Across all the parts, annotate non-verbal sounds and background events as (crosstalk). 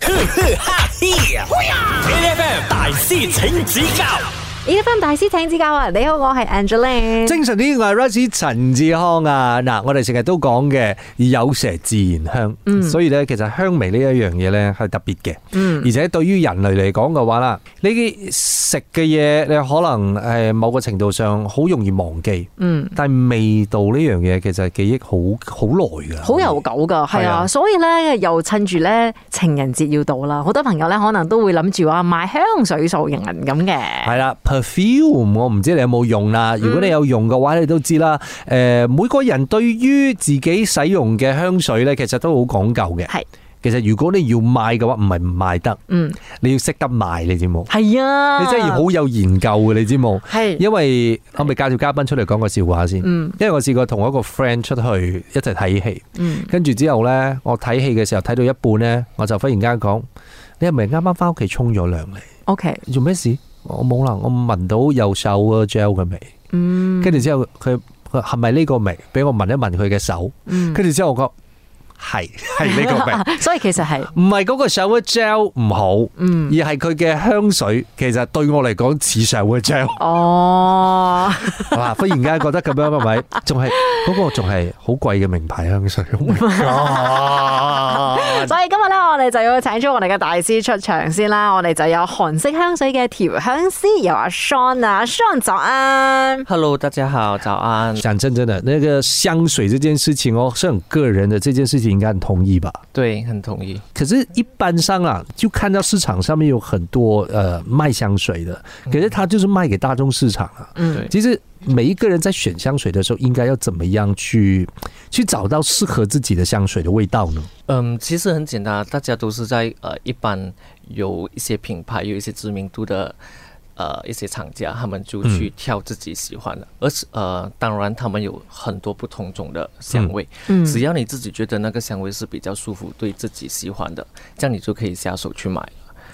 哈嘿，A.F.M. 大師請指教，E F M 大師請指教啊！你好，我係 Angeline。精神啲，我係 Rice 陳志康啊！嗱，我哋成日都講嘅有麝自然香，嗯所以咧其實香味呢一樣嘢咧係特別嘅，而且對於人類嚟講嘅話啦，你食嘅嘢你可能誒某個程度上好容易忘記，嗯，但係味道呢樣嘢其實記憶好好耐㗎，好悠久噶，係係啊，啊所以咧又趁住咧情人節要到啦，好多朋友咧可能都會諗住話買香水送人咁嘅，係啦，perfume 我唔知你有冇用啦。如果你有用嘅話，你都知啦。誒、每個人對於自己使用嘅香水呢，其實都好講究嘅。係其實如果你要賣嘅話，唔係唔賣得，嗯，你要識得賣，你知冇？係啊，你真係要好有研究嘅，你知冇？係，因為我咪介紹嘉賓出嚟講個笑話先。嗯因為我試過同一個 friend 出去一齊睇戲，嗯，跟住之後呢，我睇戲嘅時候睇到一半呢，我就忽然間講：你係咪啱啱翻屋企沖咗涼嚟？ ，OK，做咩事？我冇啦，我聞到有手嗰 gel 嘅味， (laughs) 嗯，跟住之後佢佢係咪呢個味？俾我聞一聞佢嘅手，嗯跟住之後我覺係係呢個味， (laughs) 所以其實係，唔係嗰個手嘅 gel 唔好，嗯，而係佢嘅香水，其實對我嚟講似手嘅 gel。 (laughs) 哦，哇！忽然間覺得咁樣係咪？仲係嗰個仲係好貴嘅名牌香水。 (laughs) 所以今日咧我哋就要請出我哋嘅大師出場先啦，我哋就有韓式香水嘅調香師，有阿 Sean 啊，Sean 早安。 (laughs) Hello，大家好，早安。講真真的，那個香水這件事情哦，是很個人的，這件事情應該很同意吧？对，很同意。可是，一般上啊，就看到市场上面有很多呃卖香水的，可是它就是卖给大众市场啊。对，其实每一个人在选香水的时候，应该要怎么样去去找到适合自己的香水的味道呢？嗯，其实很简单，大家都是在呃，一般有一些品牌，有一些知名度的呃一些厂家，他们就去挑自己喜欢的，而是呃，当然他们有很多不同种的香味，嗯只要你自己觉得那个香味是比较舒服，对自己喜欢的，这样你就可以下手去买了。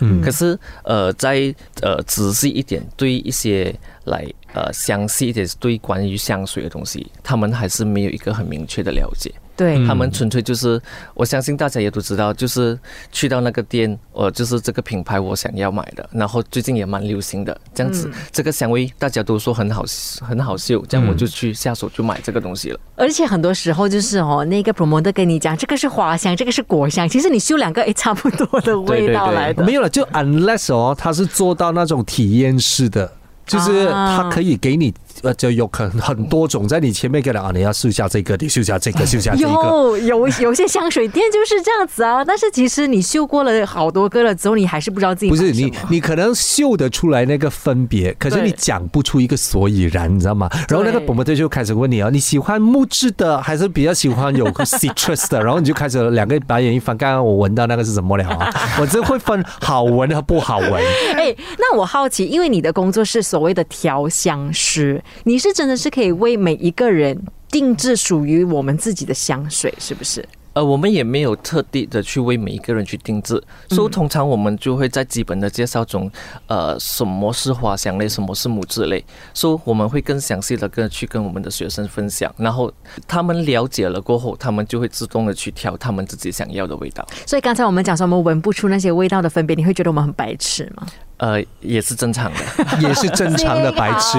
嗯可是呃，再呃仔细一点，对一些来呃详细一点，对关于香水的东西，他们还是没有一个很明确的了解。对，嗯他们纯粹就是，我相信大家也都知道，就是去到那个店，呃，就是这个品牌我想要买的，然后最近也蛮流行的，这样子，这个香味大家都说很好，很好嗅，这样我就去下手就买这个东西了。而且很多时候就是哦，那个 promoter 跟你讲这个是花香，这个是果香，其实你修两个也差不多的味道来的。没有了，就 unless 哦，它是做到那种体验式的，就是啊它可以给你呃，就有很很多种在你前面给你啊，你要试一下这个，你试一下这个，试一下这 (laughs) 个。有有有些香水店就是这样子啊，但是其实你嗅过了好多个了之后，你还是不知道自己不是买什么你，你可能嗅得出来那个分别，可是对你讲不出一个所以然，你知道吗？然后那个对 p r o m 就开始问你啊，你喜欢木质的还是比较喜 (laughs) 欢有 citrus 的？然后你就开始两个白眼一翻，刚刚我闻到那个是什么了 (laughs) 啊？我真会分好闻和不好闻。哎、那我好奇，因为你的工作是所谓的调香师，你是真的是可以为每一个人定制属于我们自己的香水，是不是？呃，我们也没有特地的去为每一个人去定制，所以通常我们就会在基本的介绍中，呃，什么是花香类，什么是木质类，所以我们会更详细的跟去跟我们的学生分享，然后他们了解了过后，他们就会自动的去调他们自己想要的味道，所以刚才我们讲说我们闻不出那些味道的分别，你会觉得我们很白痴吗？呃，也是正常的。 (laughs) 也是正常的白痴。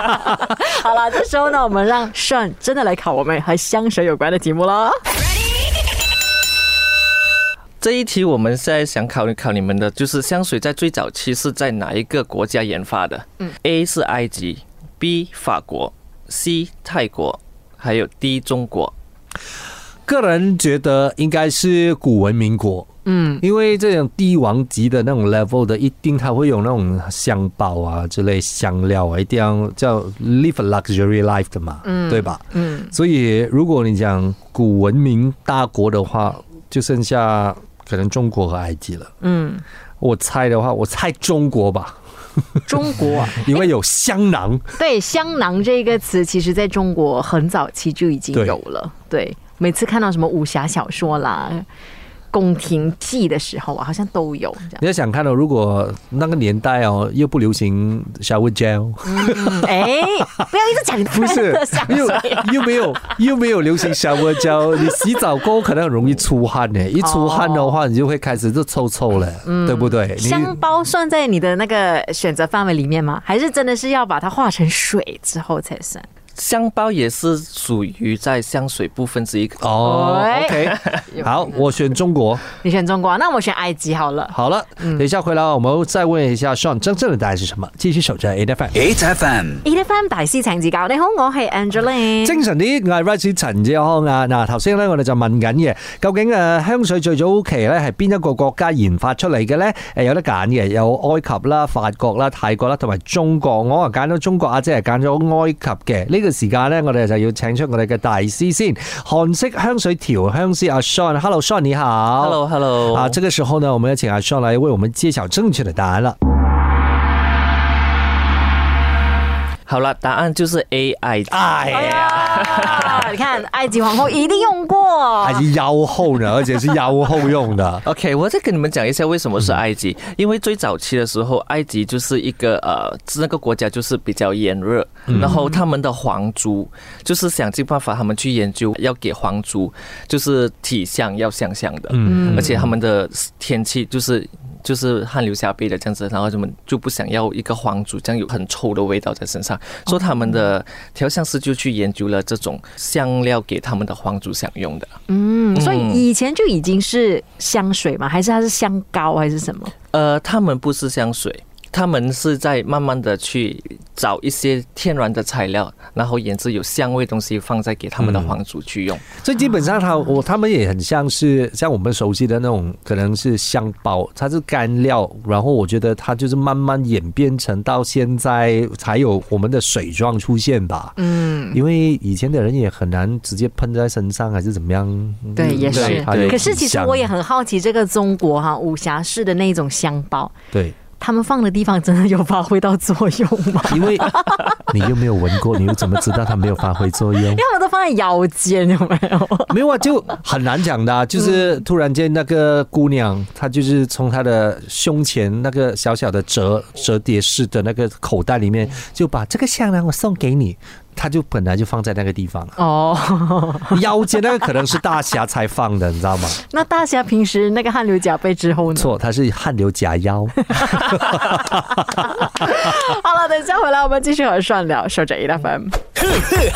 (laughs) 好了，这时候呢，我们让 Sean 真的来考我们和香水有关的题目 (laughs) 喽。这一题我们现在想考考你们的，就是香水在最早期是在哪一个国家研发的？嗯，A 是埃及，B 法国，C 泰国，还有 D 中国。个人觉得应该是古文明国，嗯，因为这种帝王级的那种 level 的，一定它会有那种香包啊之类香料啊，一定要叫 live a luxury life 的嘛，嗯，对吧？嗯，所以如果你讲古文明大国的话，就剩下可能中国和埃及了。嗯，我猜的话，我猜中国吧，中国因为有香囊。对“香囊”这个词，其实在中国很早期就已经有了。对，每次看到什么武侠小说啦，宫廷剧的时候啊，好像都有这 (laughs) 样。你要想看到、如果那个年代哦，又不流行 shower gel，嗯哎、不要一直讲不你是的香水 (laughs) 啊、又又没有又没有流行 shower gel，你洗澡过后可能很容易出汗呢，一出汗的话，你就会开始就臭臭了，对不对？你香包算在你的那个选择范围里面吗？还是真的是要把它化成水之后才算？香包也是属于在香水部分之一。哦喂，OK，好，我选中国。你选中国，那我选埃及好了。好了，等一下回来啊我们再问一下 Sean 真正的答案是什么？继续守着 A F M。 8FM E F M 大師請指教，你好，我係 Angeline。精神啲，我係 Rice 陳志康啊！嗱，頭先咧我哋就問緊嘅，究竟誒香水最早期咧係邊一個國家研發出嚟嘅咧？誒有得揀嘅，有埃及啦、法國啦、泰國啦，同埋中國。我啊揀咗中國，阿姐係揀咗埃及嘅。呢、個時間咧，我哋就要請出我哋嘅大師先，韓式香水調香師阿 Sean。Hello Sean，你好。 Hello，Hello，啊，这个时候呢，我们要请阿 Sean 来为我们揭晓正确的答案了。好了，答案就是 AI。。哎哎呀！呀，你看埃及皇后一定用过还。是腰后呢，而且是腰后用的 OK，我再跟你们讲一下为什么是埃及，因为最早期的时候，埃及就是一个呃，那个国家就是比较炎热，然后他们的皇族就是想尽办法，他们去研究要给皇族就是体香要香香的，嗯而且他们的天气就是。就是汗流浃背的这样子，然后他们就不想要一个皇族这样有很臭的味道在身上，所以他们的调香师就去研究了这种香料给他们的皇族享用的。嗯，所以以前就已经是香水嘛，还是它是香膏还是什么？呃，他们不是香水，他们是在慢慢的去找一些天然的材料，然后研制有香味东西放在给他们的皇族去用。嗯所以基本上他我他们也很像是像我们熟悉的那种，可能是香包，它是干料，然后我觉得它就是慢慢演变成到现在才有我们的水状出现吧。嗯，因为以前的人也很难直接喷在身上还是怎么样。对，嗯也是它有。可是其实香我也很好奇，这个中国哈武侠式的那种香包，对，他们放的地方真的有发挥到作 (laughs) 用吗？因为你又没有闻过，你又怎么知道它没有发挥作用因？为我都放在腰间，有没有？。没有啊，就很难讲的啊、就是突然间那个姑娘，她就是从她的胸前那个小小的折折叠式的那个口袋里面，就把这个香囊我送给你，她就本来就放在那个地方了哦，腰间那个可能是大侠才放的，你知道吗？ (laughs) 那大侠平时那个汗流浃背之后呢？错，她是汗流浃腰。好了，等一下回来我们继续和善聊，守着 E F M。哈嘿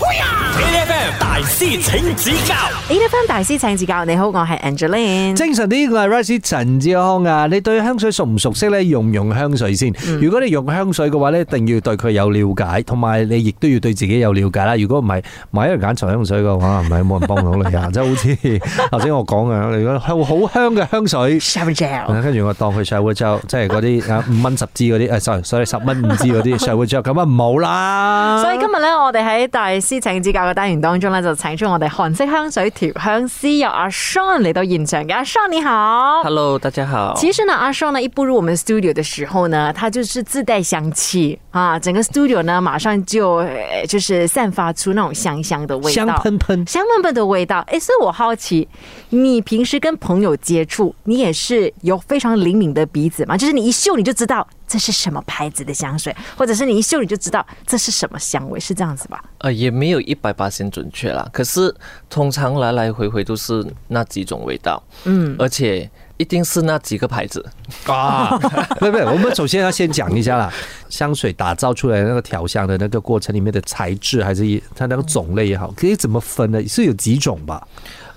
！8FM 大師請指教呢啲 friend 大師請指教，你好，我係 Angeline。精神啲，我係 Rice 陳志康啊！你對香水熟唔熟悉咧？用唔用香水先？如果你用香水嘅話咧，一定要對佢有了解，同埋你亦都要對自己有了解啦。如果唔係，買一人揀香水嘅話，唔係冇人幫到 (laughs) 你啊！即係好似頭先我講嘅，如果香好香嘅 (laughs) 香水。 s h a b j e l 跟住我當佢 s h o 即係嗰啲啊五蚊十支嗰啲，誒 sorry sorry 十蚊五支 (laughs) 嗰啲 s h o 咁啊唔好啦。所以今日咧，我哋喺大師請指教嘅單元當中咧，就請出我哋韓式香水調香師有阿 Sean 嚟到現場嘅。阿 Sean 你好。 Hello，大家好。其实呢，阿双呢一步入我们 studio 的时候呢，他就是自带香气啊，整个 studio 呢马上就呃就是散发出那种香香 (laughs) 的味道，香喷喷香喷喷的味道。诶，所以我好奇，你平时跟朋友接触，你也是有非常灵敏的鼻子吗？就是你一嗅你就知道这是什么牌子的香水，或者是你一嗅你就知道这是什么香味，是这样子吧？呃，也没有一百八先准确啦，可是通常来来回回都是那几种味道，嗯，而且一定是那几个牌子。 (laughs) 啊，不不，我们首先要先讲一下啦，香水打造出来的那个调香的那个过程里面的材质，还是它那个种类也好，可以怎么分呢？是有几种吧？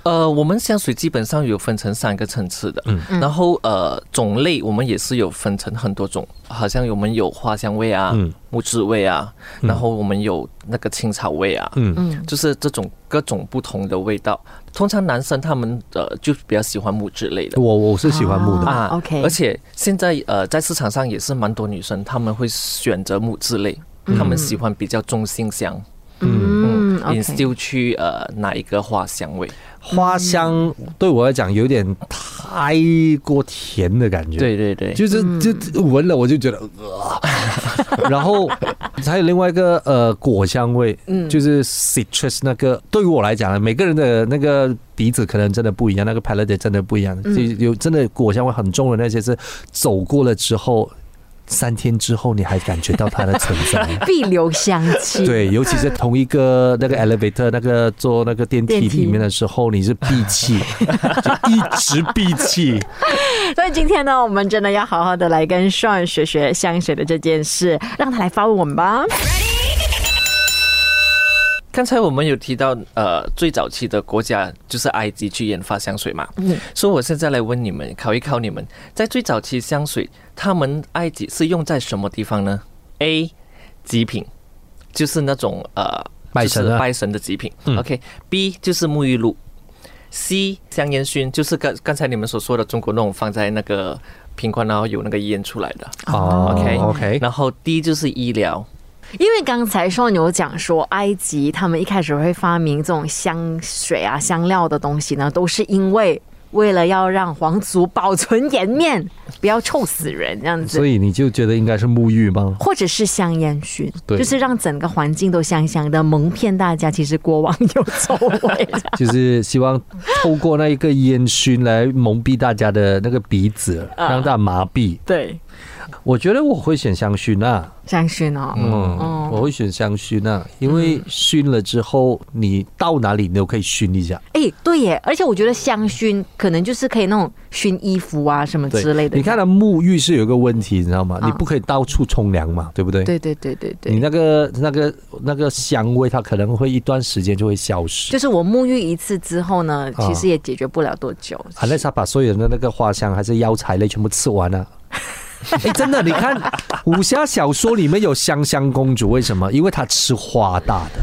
呃，我们香水基本上有分成三个层次的，嗯，然后呃种类我们也是有分成很多种，好像我们有花香味啊，嗯木质味啊，然后我们有那个青草味啊，嗯嗯就是这种各种不同的味道。通常男生他们呃就比较喜欢木质类的。我我是喜欢木的，啊 OK 而且现在呃，在市场上也是蛮多女生，她们会选择木质类，她们喜欢比较中性香，嗯引，OK，。still 去呃哪一个花香味。花香对我来讲有点太过甜的感觉。对对对，就是就闻了我就觉得，呃、 (laughs) 然后还有另外一个呃果香味，就是 citrus 那个，对于我来讲，啊每个人的那个鼻子可能真的不一样，那个 palate 真的不一样，就有真的果香味很重的那些是走过了之后。三天之后，你还感觉到它的存在 (laughs) 必留香气。对，尤其是同一个那个 elevator 那个坐那个电梯电梯里面的时候，你是闭气，就一直闭气。所以今天呢，我们真的要好好的来跟 Sean 学学香水的这件事，让他来发问我们吧。刚才我们有提到，呃，最早期的国家就是埃及去研发香水嘛，嗯，所以我现在来问你们，考一考你们，在最早期香水，他们埃及是用在什么地方呢？A，极品，就是那种呃，拜神啊嗯就是拜神的极品、o k b 就是沐浴露，C 香烟熏，就是刚刚才你们所说的中国那种放在那个瓶罐，然后有那个烟出来的哦，OK OK，然后 D 就是医疗，因为刚才双牛讲说，埃及他们一开始会发明这种香水啊、香料的东西呢，都是因为为了要让皇族保存颜面，不要臭死人这样子所。以你就觉得应该是沐 (laughs) 浴吗？或者是香烟熏，对就是让整个环境都香香的，蒙骗大家其实国王有臭味。 (laughs) 就是希望透过那一个烟熏来蒙蔽大家的那个鼻子，啊让大家麻痹。对，我觉得我会选香薰啊，香薰哦，嗯，我会选香薰啊，因为熏了之后，你到哪里你都可以熏一下。哎、对耶，而且我觉得香薰可能就是可以那种熏衣服啊什么对之类的。啊你看，它沐浴是有一个问题，你知道吗？你不可以到处冲凉嘛，对不对？对对对对对，你那个那个那个香味，它可能会一段时间就会消失。就是我沐浴一次之后呢，啊其实也解决不了多久。啊，那他把所有的那个花香还是药材类全部吃完了。哎，真的，你看武侠小说里面有香香公主，为什么？因为她吃花大的，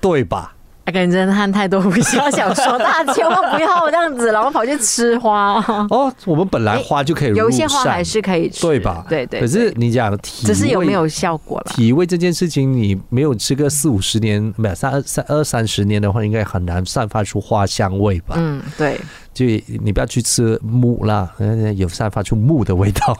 对吧？啊跟真看太多武侠小说，大家千万不要这样子，然后跑去吃 (laughs) 花。哦，我们本来花就可以入哎有一些花膳还是可以吃，对吧？对对可是你讲体只是有味没有效果了？体味这件事情，你没有吃个四五十年，没有三二三二三十年的话，应该很难散发出花香味吧？嗯， (laughs) 对。就你不要去吃木啦，呃有散发出木的味道。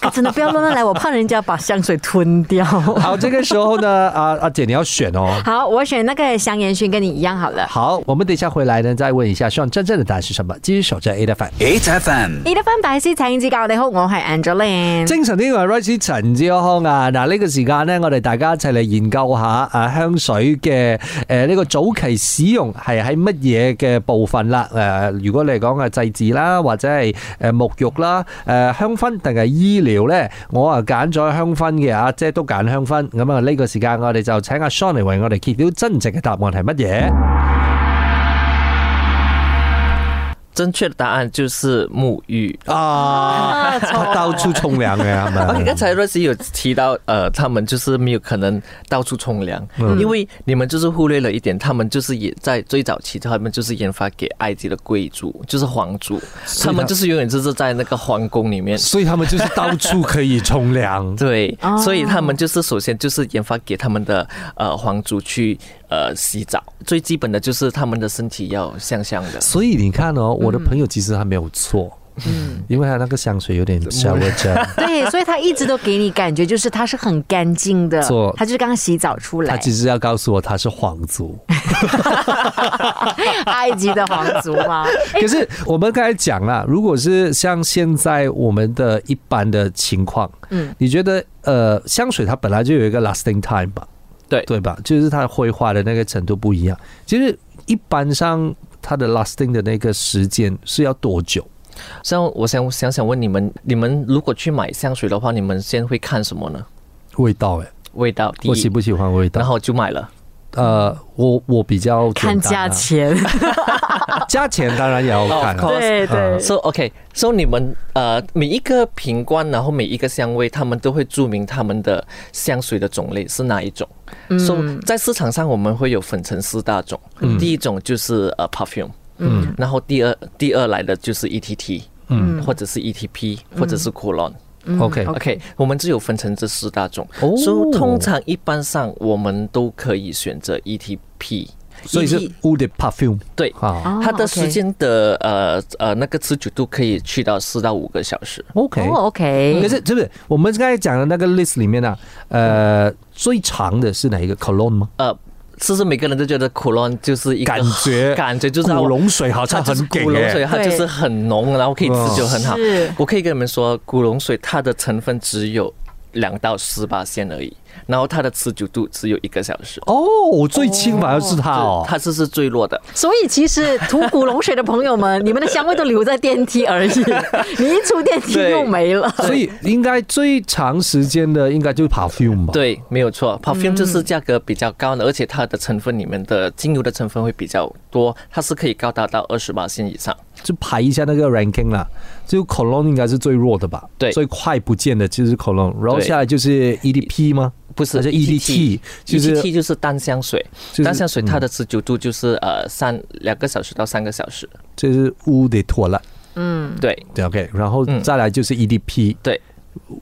啊，真的不要乱乱来，我怕人家把香水吞掉。(laughs) (laughs) 好，这个时候呢，啊啊姐你要选哦。好，我选那个香烟熏，跟你一样好了。好，我们等一下回来呢，再问一下，希望真正的答案是什么？继续守在 A 的反。 ，8FM。你得分大師請指教，你好，我係 Angeline。精神呢個係 Rice 陳志康啊！嗱，呢個時間呢，我哋大家一齊嚟研究下啊香水嘅誒呢個早期使用係喺乜嘢嘅部分啦？誒、如果你講嘅祭祀啦，或者係誒沐浴啦、誒、香薰定係醫療呢，我啊揀咗香薰嘅啊，即係都揀香薰。咁啊，呢個時間我哋就請阿 Sean 嚟為我哋揭曉真正嘅答案係乜嘢。正确的答案就是沐浴。 (laughs) 啊，他到处冲凉嘅係 (laughs) 咪 OK，刚哦才若曦有提到，呃，他们就是没有可能到处冲凉，因为你们就是忽略了一点，他们就是也在最早期，他们就是研发给埃及的贵族，就是皇族，以他他们就是永远就是在那个皇宫里面。。所以他们就是到处可以冲凉 (laughs) 对哦，所以他们就是首先就是研发给他们的呃皇族去呃洗澡，最基本的就是他们的身体要香香的。所以你看哦，我的朋友其实他没有错，嗯，因为他那个香水有点 shower (laughs) gel，对，所以他一直都给你感觉就是他是很干净的做，他就是刚洗澡出他来其，实要告诉我他是皇族。 (laughs) 埃及的皇族 (laughs) 嘛。可是我们刚才讲啦，如果是像现在我们的一般的情况，嗯，你觉得呃，香水它本来就有一个 lasting time 吧？对对吧？就是它挥发的那个程度不一样。其实一般上它的 lasting 的那个时间是要多久？像我想想想问你们，你们如果去买香水的话，你们先会看什么呢？味道哎、味道第我喜一，不喜欢味道？然后就买了。呃，我我比较简单看啊价，钱，价钱当然也要看、 Of 啊。 course 对对， So OK，so 你们呃每一个瓶罐，然后每一个香味，他们都会注明他们的香水的种类是哪一种。so 在市场上我们会有分成四大种，第一种就是呃 perfume，嗯，然后第二第二来的就是 ETT，嗯，或者是 ETP，或者是 cologne。 OK， OK，我们只有分成这四大种，哦所以通常一般上我们都可以选择 ETP，所以是一 oud de perfume E 对，啊。 (laughs) 哦它的 OK 时间的呃呃那个持久度可以去到四到五个小时。 OK，哦可，OK，是是不是我们刚才讲的那个 list 里面呢、呃，最长的是哪一个 cologne 吗？呃，是不是每个人都觉得苦龙就是一个感觉 (laughs) 感觉就是它古龙水好它像就很是给古龙水，它就是很浓，然后可以持久很好是。我可以跟你们说，古龙水它的成分只有两到十八线而已，然后它的持久度只有一个小时。哦，最轻反而是它哦。它这是最弱的，所以其实吐古龙水的朋友们，你们的香味都留在电梯而 (laughs) 已，你一出电梯对又没了。所以应该最长时间的应该就是 perfume 吧？，对，没有错。perfume 就是价格比较高的，而且它的成分里面的精油的成分会比较多，它是可以高达到二十八线以上。就排一下那个 ranking 啦。就 cologne 应该是最弱的吧？对最快不见的就是 cologne，然后对下来就是 EDP 吗？不是还是 EDT EDT，就就是是 T 就是单香水，就是单香水它的持久度就是呃三两个小时到三个小时，这是 oud de t o i l e 对 t OK，然后嗯再来就是 EDP，对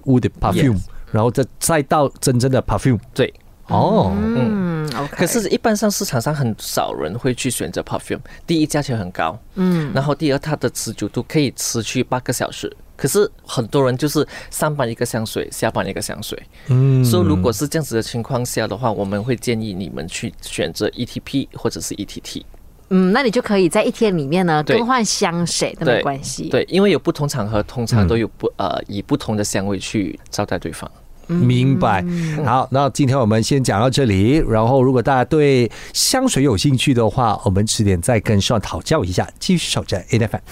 oud de perfume，然后再再到真正的 perfume。对。哦，嗯，OK，可是，一般上市场上很少人会去选择 perfume。第一，价钱很高，嗯，然后第二，它的持久度可以持续八个小时。可是很多人就是上班一个香水，下班一个香水。嗯所以如果是这样子的情况下的话，我们会建议你们去选择 ETP 或者是 E ETT。嗯，那你就可以在一天里面呢对更换香水都没对关系。，对，因为有不同场合，通常都有不、呃以不同的香味去招待对方。明白。好，那今天我们先讲到这里。然后，如果大家对香水有兴趣的话，我们迟点再跟上讨教一下。继续守着 A F M。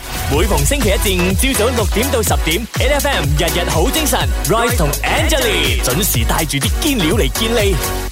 每逢星期一至五朝早六點到十點，N F M 日日好精神，Rise 同 Angelie 準時帶住啲堅料嚟健利。